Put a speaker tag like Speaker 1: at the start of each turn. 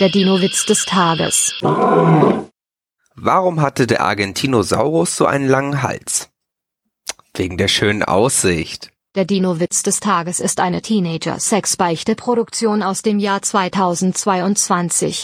Speaker 1: Der Dino-Witz des Tages.
Speaker 2: Warum hatte der Argentinosaurus so einen langen Hals? Wegen der schönen Aussicht.
Speaker 1: Der Dino-Witz des Tages ist eine Teenager-Sex-Beichte-Produktion aus dem Jahr 2022.